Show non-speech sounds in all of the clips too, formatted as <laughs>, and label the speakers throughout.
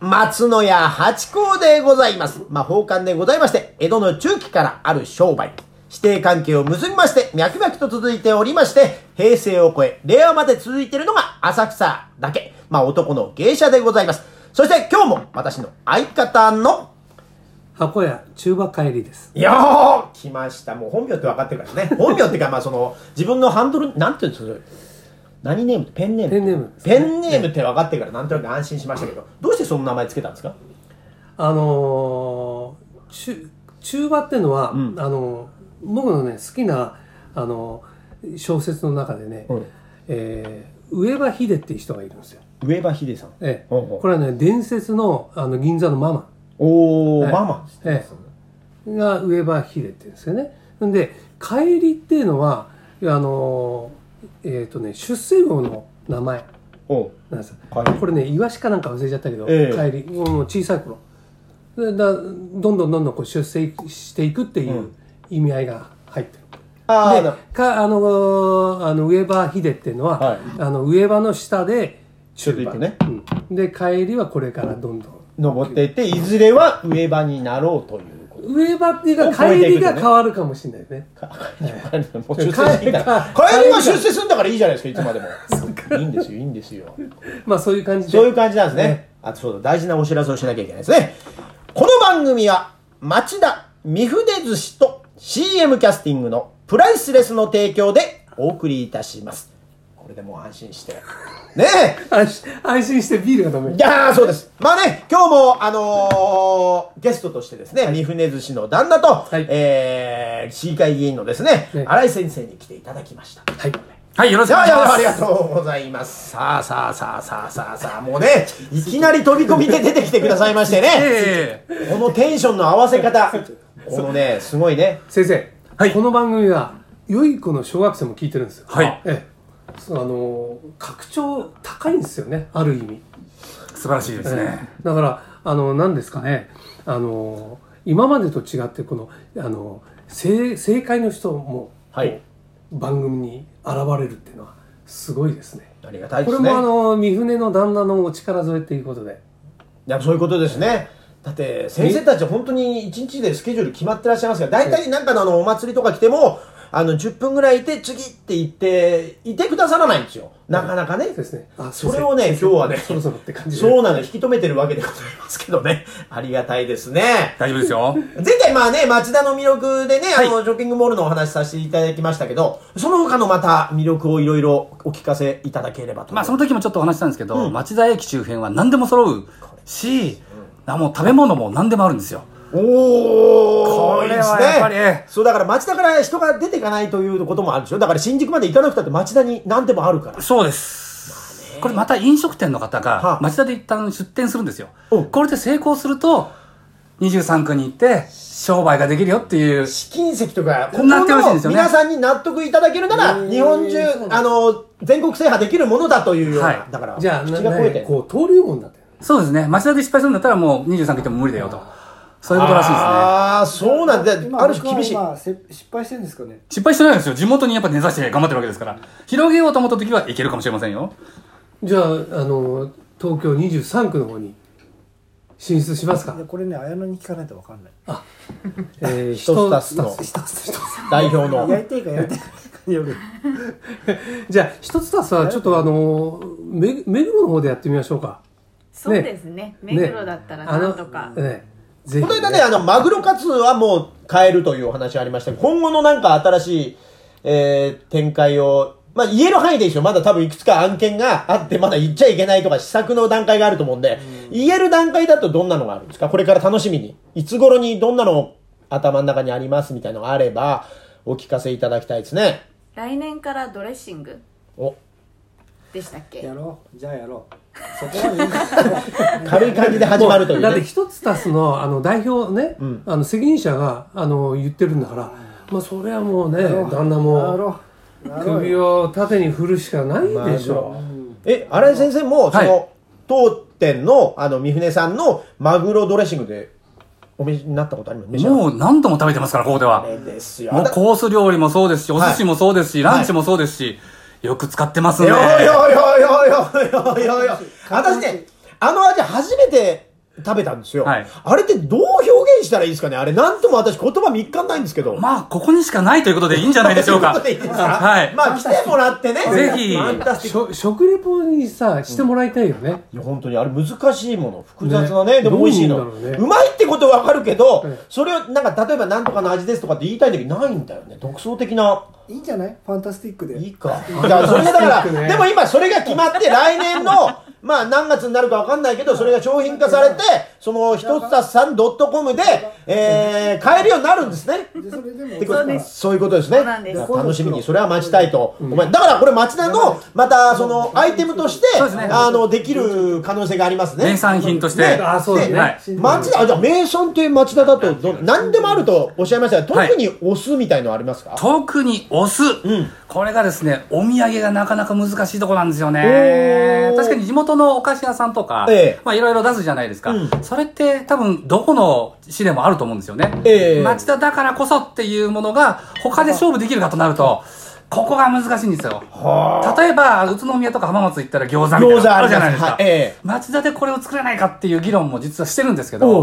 Speaker 1: 松野屋八甲でございます。まあ、宝冠でございまして、江戸の中期からある商売。指定関係を結びまして、脈々と続いておりまして、平成を超え、令和まで続いているのが浅草だけ。まあ、男の芸者でございます。そして今日も私の相方の、
Speaker 2: 箱屋中馬帰りです
Speaker 1: いやー来ました。もう本名って分かってるからね。 <laughs> 本名っていうか、まあその、自分のハンドル、なんていうんですかそれ何ネームペンネーム
Speaker 2: ペンネーム
Speaker 1: ペンネームって分かってるから、なんとなく安心しましたけど、どうしてその名前つけたんですか
Speaker 2: あのー、中中馬っていうのは、
Speaker 1: ん
Speaker 2: あのー僕のね好きなあのー小説の中でね、
Speaker 1: うん
Speaker 2: えー上場秀っていう人がいるんですよ、
Speaker 1: 上場秀さん。
Speaker 2: ええ
Speaker 1: ほうほう
Speaker 2: これはね伝説のあの銀座のママ
Speaker 1: おー、
Speaker 2: はい
Speaker 1: ママ。
Speaker 2: ええ、が上場秀って言うんですよね。んで帰りっていうのはあのえっ、とね出世魚の名前
Speaker 1: おう
Speaker 2: なんですよ
Speaker 1: 帰り
Speaker 2: これねイワシかなんか忘れちゃったけど、
Speaker 1: ええ
Speaker 2: 帰りもう小さい頃でだどんどんどんどんこう出世していくっていううん意味合いが入ってる。
Speaker 1: あー
Speaker 2: で
Speaker 1: な
Speaker 2: かあのあの上場秀っていうのは、
Speaker 1: はい
Speaker 2: あの上場の下で中
Speaker 1: ちょっ
Speaker 2: 馬、
Speaker 1: と言って
Speaker 2: うん、で帰りはこれからどんどん
Speaker 1: 登っていって、いずれは上場になろうということ。
Speaker 2: 上場っていうか帰りが変わるかもしれないですね。
Speaker 1: <laughs> もう出世してきたら
Speaker 2: 帰りが
Speaker 1: 帰りは出世するんだからいいじゃないですか、いつまで
Speaker 2: <laughs>
Speaker 1: も。いいんですよ、いいんですよ。
Speaker 2: まあそういう感じで。
Speaker 1: そういう感じなんですね。あ、そうだ、大事なお知らせをしなきゃいけないですね。この番組は、町田三筆寿司と CM キャスティングのプライスレスの提供でお送りいたします。これでもう安心して。ねえ
Speaker 2: 安心安心してビールが飲める
Speaker 1: い。やー、そうです。まあね、今日も、あのーゲストとしてですね、三船寿司の旦那と、
Speaker 2: い
Speaker 1: えー、市議会議員のですね、
Speaker 2: ね
Speaker 1: 新井先生に来ていただきました。
Speaker 2: はい。
Speaker 3: はい、よろしく
Speaker 1: じ
Speaker 3: お
Speaker 1: ゃ
Speaker 3: 願
Speaker 1: あ、
Speaker 3: いしま
Speaker 1: あ
Speaker 3: す。
Speaker 1: りがとうございます。さあさあさあさあさあさあ、もうね、いきなり飛び込みで出てきてくださいまして
Speaker 3: <laughs>
Speaker 1: ね。
Speaker 3: ええ
Speaker 1: このテンションの合わせ方。このね、すごいね。
Speaker 2: 先生、
Speaker 3: はい
Speaker 2: この番組は、良い子の小学生も聞いてるんですよ。
Speaker 3: はい
Speaker 2: ええ。そうあのー、拡張高いんですよね、ある意味。
Speaker 3: 素晴らしいですね。
Speaker 2: だから、あの、何ですかね、あのー、今までと違って、この、あのー、正正解の人も、
Speaker 1: はい。
Speaker 2: 番組に現れるっていうのは、すごいですね。
Speaker 1: ありがたい
Speaker 2: こ
Speaker 1: で
Speaker 2: れ
Speaker 1: すね。
Speaker 2: もあのー、三船の旦那のお力添えっていうことで。
Speaker 1: いやそういうことですね。だって、先生たち本当に一日でスケジュール決まってらっしゃいますが、大体なんかのあの、お祭りとか来ても、あの、10分ぐらいいて、次って言って、いてくださらないんですよ。なかなかね。
Speaker 2: ですねあ
Speaker 1: それを
Speaker 2: <laughs>
Speaker 1: ね、今日はね、
Speaker 2: そろそろって感じで
Speaker 1: そうなの、引き止めてるわけでございますけどね。ありがたいですね。
Speaker 3: 大丈夫ですよ。
Speaker 1: 前回まあね、町田の魅力でね、あの、ジョッピングモールのお話しさせていただきましたけど、その他のまた魅力をいろいろお聞かせいただければと。
Speaker 3: まあ、その
Speaker 1: 時
Speaker 3: 時もちょっとお話ししたんですけど、町田駅周辺は何でも揃うし、あもう食べ物も何でもあるんですよ。
Speaker 1: おー
Speaker 3: これはい
Speaker 1: いです
Speaker 3: やっぱり
Speaker 1: ね。そう、だから町田から人が出ていかないということもあるでしょ。だから新宿まで行かなくたって町田に何でもあるから。
Speaker 3: そうです。これまた飲食店の方
Speaker 1: は
Speaker 3: が
Speaker 1: あ
Speaker 3: 町田で一旦出店するんですよ
Speaker 1: うん。
Speaker 3: これで成功すると、23区に行って商売ができるよっていう。
Speaker 1: 試金石とか、ここ
Speaker 3: なってほしいんです
Speaker 1: の
Speaker 3: よね
Speaker 1: 皆さんに納得いただけるなら、日本中、あの、全国制覇できるものだというよう
Speaker 3: はい
Speaker 1: な。だから、
Speaker 2: じゃあ、
Speaker 1: 口
Speaker 2: な
Speaker 1: が肥え
Speaker 2: ね
Speaker 1: て。
Speaker 2: こう、登竜門だったよね。
Speaker 3: そうですね。町田で失敗するんだったらもう23区行っても無理だよと。そういうことらしいですね。
Speaker 1: ああ、そうなんだ。で
Speaker 4: 今
Speaker 1: ある種厳しい
Speaker 4: 僕。はまあせ失敗してるんですかね
Speaker 3: 失敗してないですよ。地元にやっぱ根ざして頑張ってるわけですから。広げようと思った時はいけるかもしれませんよ。
Speaker 2: じゃあ、あの、東京23区の方に進出しますか
Speaker 4: いや。これね綾乃に聞かないと分かんない
Speaker 2: えー、
Speaker 1: 人スタッフの
Speaker 2: 一つ一つ一つ
Speaker 1: 代表の。
Speaker 4: やりたいかやりたいかによる
Speaker 2: じゃあ、一つたすは、ちょっとあの、め目黒の方でやってみましょうか。
Speaker 5: そうですね。目黒だったらなんとか
Speaker 2: あ。のね、ぜひ、
Speaker 1: この間ね、あの、マグロカツはもう変えるというお話ありましたけど、今後のなんか新しい、えー、展開を、まあ言える範囲でいいですよ。まだ多分いくつか案件があって、まだ言っちゃいけないとか、試作の段階があると思うんで、言える段階だとどんなのがあるんですかこれから楽しみに。いつ頃にどんなの頭の中にありますみたいなのがあれば、お聞かせいただきたいですね。
Speaker 5: 来年からドレッシング
Speaker 1: お、
Speaker 5: でしたっけ
Speaker 4: やろうじゃあやろうそこまでいいんだ
Speaker 1: 軽い感じで始まるという、ね。
Speaker 2: だって一つたすの、あの、代表ね、あの、責任者が、あの、言ってるんだから、まあ、それはもうね、 <laughs> 旦那
Speaker 4: や
Speaker 2: も、
Speaker 4: ろうやろう
Speaker 2: 首を縦に振るしかないでしょ。
Speaker 1: え、新井先生も、その、
Speaker 3: はい
Speaker 1: 当店の、あの、三船さんのマグロドレッシングでお召しになったことあります
Speaker 3: もう何度も食べてますから、ここでは
Speaker 1: あ。れですよ。
Speaker 3: もう
Speaker 1: だ
Speaker 3: コース料理もそうですし、お寿司もそうですし、
Speaker 1: はい
Speaker 3: ランチもそうですし、よく使ってます
Speaker 1: よ
Speaker 3: ね。
Speaker 1: よよよよよよよよ私ね、あの味初めて食べたんですよ、
Speaker 3: はい
Speaker 1: あれってどう表現したらいいですかねあれなんとも私言葉見っかんないんですけど
Speaker 3: まあ、ここにしかないということでいいんじゃないでしょう
Speaker 1: <laughs>
Speaker 3: か。
Speaker 1: ということでいいですか
Speaker 3: はい。
Speaker 1: まあ来てもらってね
Speaker 3: ぜひ
Speaker 1: ファンタスティック
Speaker 2: しょ食レポにさしてもらいたいよね、
Speaker 1: いや本当にあれ難しいもの複雑なね
Speaker 2: ね
Speaker 1: でも美味しいの
Speaker 2: どういうんだろうね
Speaker 1: まいってことはわかるけど、
Speaker 2: うん
Speaker 1: それをなんか例えばなんとかの味ですとかって言いたい時ないんだよね独創的ない
Speaker 4: いんじゃないファンタスティックで
Speaker 1: いいかいやそれがだか
Speaker 2: スティック
Speaker 1: ら
Speaker 2: ね
Speaker 1: でも今それが決ま
Speaker 2: <laughs>
Speaker 1: って来年のまあ何月になるかわかんないけどそれが商品化されてそのひとつたすさん .com で、えー、買えるようになるんですね
Speaker 4: でそれでも
Speaker 1: ってこと
Speaker 5: そうです
Speaker 1: そういうことですね。
Speaker 5: そうなんです
Speaker 1: 楽しみに、それは待ちたいと思います。だからこれ町田の、また、その、アイテムとして、
Speaker 3: そうですね
Speaker 1: あの、できる可能性がありますね。
Speaker 3: 名産品として。
Speaker 1: ね
Speaker 2: あそうだね、
Speaker 3: はい
Speaker 1: 町田、あじゃあ名産って町田だとど、何でもあるとおっしゃいましたが、
Speaker 3: はい
Speaker 1: 特にお酢みたいのありますか、
Speaker 3: 特にお酢、
Speaker 1: ん
Speaker 3: これがですねお土産がなかなか難しいところなんですよ
Speaker 1: へ
Speaker 3: ね
Speaker 1: ー
Speaker 3: 確かに地元のお菓子屋さんとか、
Speaker 1: ええ
Speaker 3: まあいろいろ出すじゃないですか、
Speaker 1: うん
Speaker 3: それって多分どこの市でもあると思うんですよね、
Speaker 1: ええ
Speaker 3: 町田だからこそっていうものが他で勝負できるかとなるとここが難しいんですよ例えば宇都宮とか浜松行ったら餃子みたいな
Speaker 1: 餃子
Speaker 3: あ
Speaker 1: あります
Speaker 3: るじゃないですか、
Speaker 1: はいええ
Speaker 3: 町田でこれを作れないかっていう議論も実はしてるんですけ
Speaker 1: お
Speaker 3: ど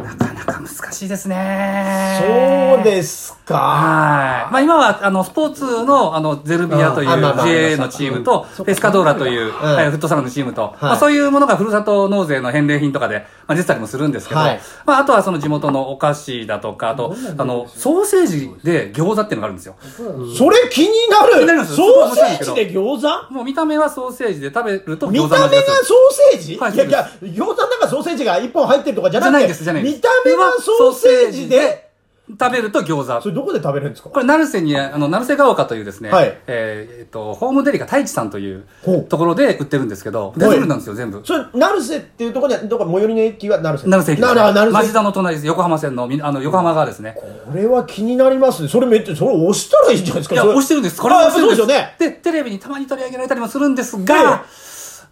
Speaker 1: う
Speaker 3: なかなか難しいですね
Speaker 1: そうですか。
Speaker 3: はい。まあ今は、あの、スポーツの、あの、ゼルビアという
Speaker 1: あまあまあ
Speaker 3: JA のチームと、ペスカドーラという、はいフットサルのチームと、まあそういうものがふるさと納税の返礼品とかで、まあ出てたりもするんですけど、
Speaker 1: はい
Speaker 3: まああとはその地元のお菓子だとか、あと、あの、ソーセージで餃子っていうのがあるんですよ。
Speaker 1: それ気にな
Speaker 3: にな
Speaker 1: る
Speaker 3: ります
Speaker 1: ソーセージで餃子
Speaker 3: もう見た目はソーセージで食べると餃子
Speaker 1: 見
Speaker 3: の味
Speaker 1: た
Speaker 3: が
Speaker 1: 目が
Speaker 3: する。
Speaker 1: ソーセージ、
Speaker 3: はい
Speaker 1: い、やいや、餃子の中ソーセージが一本入ってるとかじゃなくて、
Speaker 3: じゃないですじゃないです
Speaker 1: 見た目はソーセージで、
Speaker 3: 食べると餃子
Speaker 1: そ。れどこで食べれるんですか
Speaker 3: これ、成瀬に、あの、成瀬が丘というですね、
Speaker 1: はい
Speaker 3: えーえっと、ホームデリカ太一さんという
Speaker 1: ほう
Speaker 3: ところで売ってるんですけど、手作りなんですよ、全部。
Speaker 1: それ、成瀬っていうところには、どこか最寄りの駅は成瀬。
Speaker 3: 成瀬駅です
Speaker 1: なな成瀬
Speaker 3: 町田の隣です。横浜線のみ、あの、横浜側ですね。
Speaker 1: これは気になりますね。それめっちゃ、それ押したらいいんじゃないですか
Speaker 3: いや、
Speaker 1: それ
Speaker 3: 押してるんです。これ
Speaker 1: あ
Speaker 3: は
Speaker 1: やっぱ
Speaker 3: 押して
Speaker 1: そう
Speaker 3: る
Speaker 1: で
Speaker 3: ん
Speaker 1: すよ
Speaker 3: です
Speaker 1: ね。
Speaker 3: で、テレビにたまに取り上げられたりもするんですが、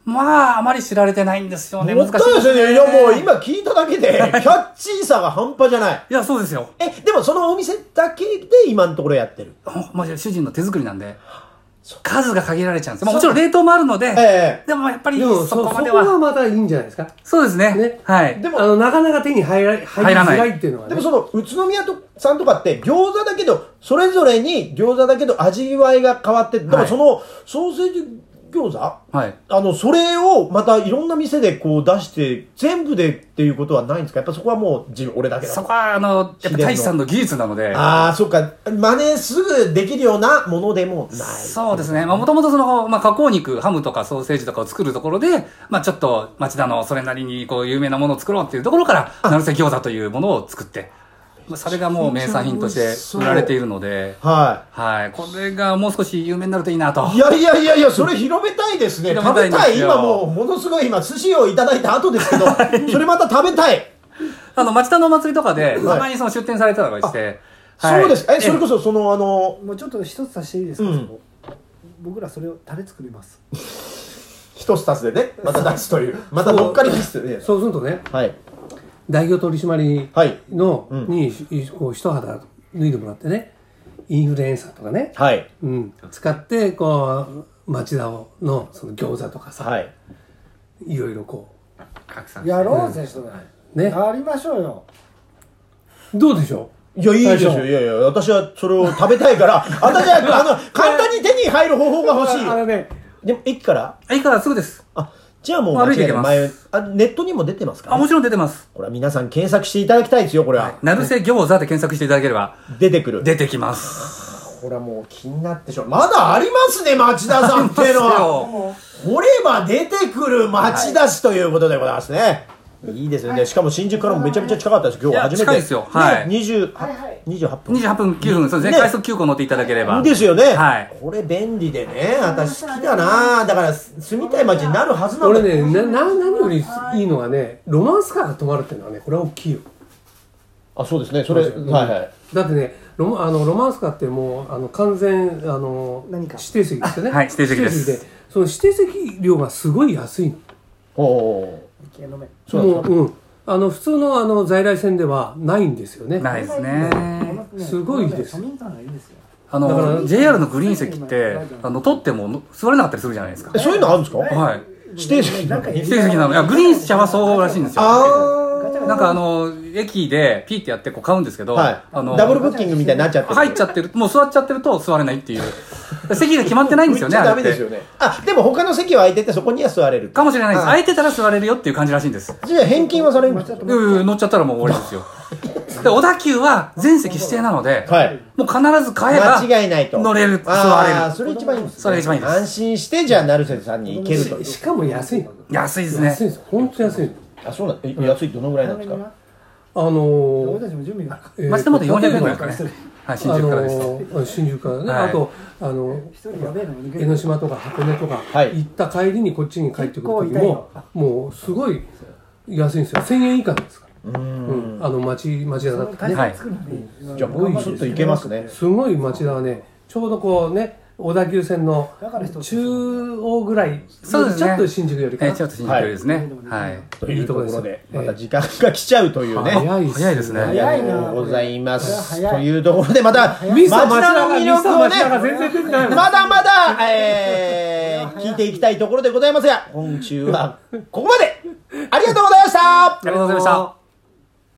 Speaker 3: まあ、あまり知られてないんですよね。
Speaker 1: も
Speaker 3: 難
Speaker 1: っ
Speaker 3: したい
Speaker 1: いですよね。いや、もう
Speaker 3: い
Speaker 1: 今聞いただけで、キャッチーさが半端じゃない。
Speaker 3: や、そうですよ。
Speaker 1: え、でもそのお店だけで今のところやってる。
Speaker 3: ほまあ、主人の手作りなんで、数が限られちゃうんです。まあ、もちろん冷凍もあるので、
Speaker 1: え
Speaker 3: でもやっぱり
Speaker 2: でもそ
Speaker 3: そこま
Speaker 2: そ
Speaker 3: で
Speaker 2: こは
Speaker 3: は。
Speaker 2: またいいんじゃないですか
Speaker 3: そうですね
Speaker 2: ね。
Speaker 3: はい。
Speaker 1: でも
Speaker 2: あのなかなか手に入ら入
Speaker 3: 入
Speaker 2: り
Speaker 3: らない
Speaker 2: づらいっていうのは
Speaker 1: で
Speaker 2: ね
Speaker 1: もその、宇都宮とさんとかって、餃子だけど、それぞれに餃子だけど味わいが変わって、でもその、ソーセージ餃子あ
Speaker 3: はい。
Speaker 1: の、それをまたいろんな店でこう出して、全部でっていうことはないんですかやっぱそこはもう、自俺だけだ
Speaker 3: そこは、あの、やっぱ太一さんの技術なので、
Speaker 1: ああ、そっか。真似すぐできるようなものでもない。
Speaker 3: そうですね。まあ、もともとその、まあ、加工肉、ハムとかソーセージとかを作るところで、まあ、ちょっと町田のそれなりにこう、有名なものを作ろうっていうところから、成瀬餃子というものを作って、まあ、それがもう名産品として売られているので、
Speaker 1: は
Speaker 3: はい。これがもう少し有名になるといいなと
Speaker 1: い。い。やいやいやいや、それ広めたいですね。
Speaker 3: 広
Speaker 1: 食
Speaker 3: めたい
Speaker 1: べ
Speaker 3: んです
Speaker 1: た
Speaker 3: よ
Speaker 1: い。今もう、ものすごい今、寿司をいただいた後ですけど、それまた食べたい。
Speaker 3: あの、町田のお祭りとかで、たまにその出店されてたりして、はい
Speaker 1: そうです。え、それこそ、その、あの、
Speaker 4: もうちょっと一つ足していいですか、
Speaker 1: うん
Speaker 4: そこ僕らそれをタレ作ります
Speaker 1: 一つたすでね、また出すという。またどっかりですね。
Speaker 2: そうするとね
Speaker 1: はい。
Speaker 2: 代表取締
Speaker 1: はい
Speaker 2: りの、
Speaker 1: うん
Speaker 2: にいこう一肌脱いでもらってねインフルエンサーとかね、
Speaker 1: はい。
Speaker 2: うん、使ってこう町田をのその餃子とかさ、
Speaker 1: はい。
Speaker 2: い、ろいろこ
Speaker 3: 拡散
Speaker 4: やろうぜ人が、
Speaker 2: うね
Speaker 4: やりましょうよ
Speaker 2: どうでしょ
Speaker 1: いや、いいです
Speaker 2: 大
Speaker 1: よ。
Speaker 2: 丈夫
Speaker 1: いやいや、私はそれを食べたい <laughs> から、私は、あの、簡単に手に入る方法が
Speaker 2: う
Speaker 1: 欲し
Speaker 2: あれ
Speaker 1: い。
Speaker 2: ね
Speaker 1: でも、駅から
Speaker 3: えいいからすぐです。
Speaker 1: あ、じゃあもう
Speaker 3: 歩
Speaker 1: 間
Speaker 3: いて
Speaker 1: 違い
Speaker 3: いけ
Speaker 1: ない
Speaker 3: ます
Speaker 1: 前、あ、ネットにも出てますか
Speaker 3: あ、もちろん出てます。
Speaker 1: これは皆さん検索していただきたいですよ、これは。
Speaker 3: 成瀬餃子で検索していただければ、
Speaker 1: 出てくる。
Speaker 3: 出てきます。
Speaker 1: これはもう気になってしょう。まだありますね、町田さんっていうのは。掘れば出てくる町田市ということでございますね。いいですよね。しかも新宿からもめちゃめちゃ近かったです。今日
Speaker 3: いや
Speaker 1: 初めて。
Speaker 3: 近いですよはい
Speaker 1: ね20は28分。
Speaker 3: 28分9分、そうですね。
Speaker 1: ね
Speaker 3: 快速急行乗っていただければ。
Speaker 1: ですよね。
Speaker 3: はい
Speaker 1: これ便利でね。私好きだなだから住みたい町になるはずなんだ
Speaker 2: 俺ねなな何よりいいのはねロマンスカーが止まるっていうのはねこれは大きいよ
Speaker 1: あ、そうですね。それ、はいはい。
Speaker 2: だってねロマあのロマンスカーってもうあの完全あの
Speaker 4: 何か
Speaker 2: 指定席ですよね
Speaker 3: はい指定席です
Speaker 2: 指定その指定席料がすごい安いの
Speaker 1: ほ
Speaker 4: 一軒飲め
Speaker 1: そうなんですか
Speaker 2: もう、うん、あの普通のあの在来線ではないんですよね
Speaker 3: ないですね。
Speaker 2: すごいです
Speaker 4: 庶民感がいいですよ
Speaker 3: あ
Speaker 2: だか
Speaker 3: の、
Speaker 2: ら
Speaker 3: JR のグリーン席って、あの、取っても乗座れなかったりするじゃないですか
Speaker 1: え、。そういうのあるんですか
Speaker 3: はい。
Speaker 1: 指定席
Speaker 4: なんか
Speaker 3: 指定席なのいやグリーン車はそうらしいんですよ
Speaker 1: あー
Speaker 3: なんかあの、駅でピーってやってこう買うんですけど、
Speaker 1: はい
Speaker 3: あの、
Speaker 1: ダブルブッキングみたいになっちゃってる
Speaker 3: 入っちゃってる、もう座っちゃってると座れないっていう。席が決まってないんですよね、
Speaker 1: 言っちゃ
Speaker 3: あ
Speaker 1: ダメ
Speaker 3: れって
Speaker 1: ですよねあでも他の席は空いててそこには座れる
Speaker 3: かもしれないです。
Speaker 1: あ
Speaker 3: 空いてたら座れるよっていう感じらしいんです。
Speaker 1: じゃあ返金はされるんですか
Speaker 3: いやいや乗っちゃったらもう終わりで
Speaker 1: <laughs>
Speaker 3: すよ。で、小田急は全席指定なので、
Speaker 1: はい
Speaker 3: もう必ず買えば、
Speaker 1: 間違いないと
Speaker 3: 乗れる、
Speaker 1: あー
Speaker 3: 座れる。
Speaker 1: それ一番いいですね
Speaker 3: それが一番いいです
Speaker 1: 安心してじゃあ成瀬さんに行けるという
Speaker 2: ししかも安いの
Speaker 3: 安いです
Speaker 2: 安いん
Speaker 3: ね。
Speaker 2: ですよ本当に安いの
Speaker 1: あそうなんえ安いどのぐらいなんですか
Speaker 2: あの
Speaker 4: 俺
Speaker 2: ー
Speaker 4: たちも準備があるか
Speaker 2: えー
Speaker 3: まあ、でも400円ぐらいです
Speaker 2: 例え
Speaker 3: かね。は
Speaker 2: ば
Speaker 3: い、新宿からです。
Speaker 2: あのー新宿からね、
Speaker 3: はい
Speaker 2: あとあの
Speaker 4: ら一人やべえのが抜け
Speaker 2: 江ノ島とか箱根とか
Speaker 1: はい
Speaker 2: 行った帰りにこっちに帰ってくる時
Speaker 4: 結構痛い
Speaker 2: も
Speaker 4: よ、
Speaker 2: もうすごい安いんですよ1000円以下なんですからうんあの町町田だったらね、
Speaker 3: はい。
Speaker 4: 作るのに
Speaker 1: じゃあもうちょっと行けますね
Speaker 2: すごい町田はねちょうどこうね小田急線の
Speaker 4: だから一つ
Speaker 2: 中央ぐらい
Speaker 3: そうですね
Speaker 2: ちょっと新宿よりか
Speaker 3: え
Speaker 2: な
Speaker 3: ーちょっと新宿よりですね。はい。
Speaker 1: というところ
Speaker 2: いいとこ
Speaker 1: で
Speaker 2: です
Speaker 1: また時間が来ちゃうというね
Speaker 2: 早いっ
Speaker 3: 早いですね
Speaker 1: あ
Speaker 4: 早
Speaker 1: り
Speaker 4: い
Speaker 1: がとうございます。というところで、また、町田の魅力を
Speaker 2: ミスター町田が全然出てな
Speaker 1: ね、
Speaker 2: い
Speaker 1: まだまだ、えー、聞いていきたいところでございますが、今週はここまでありがとうございました
Speaker 3: ありがとうございました。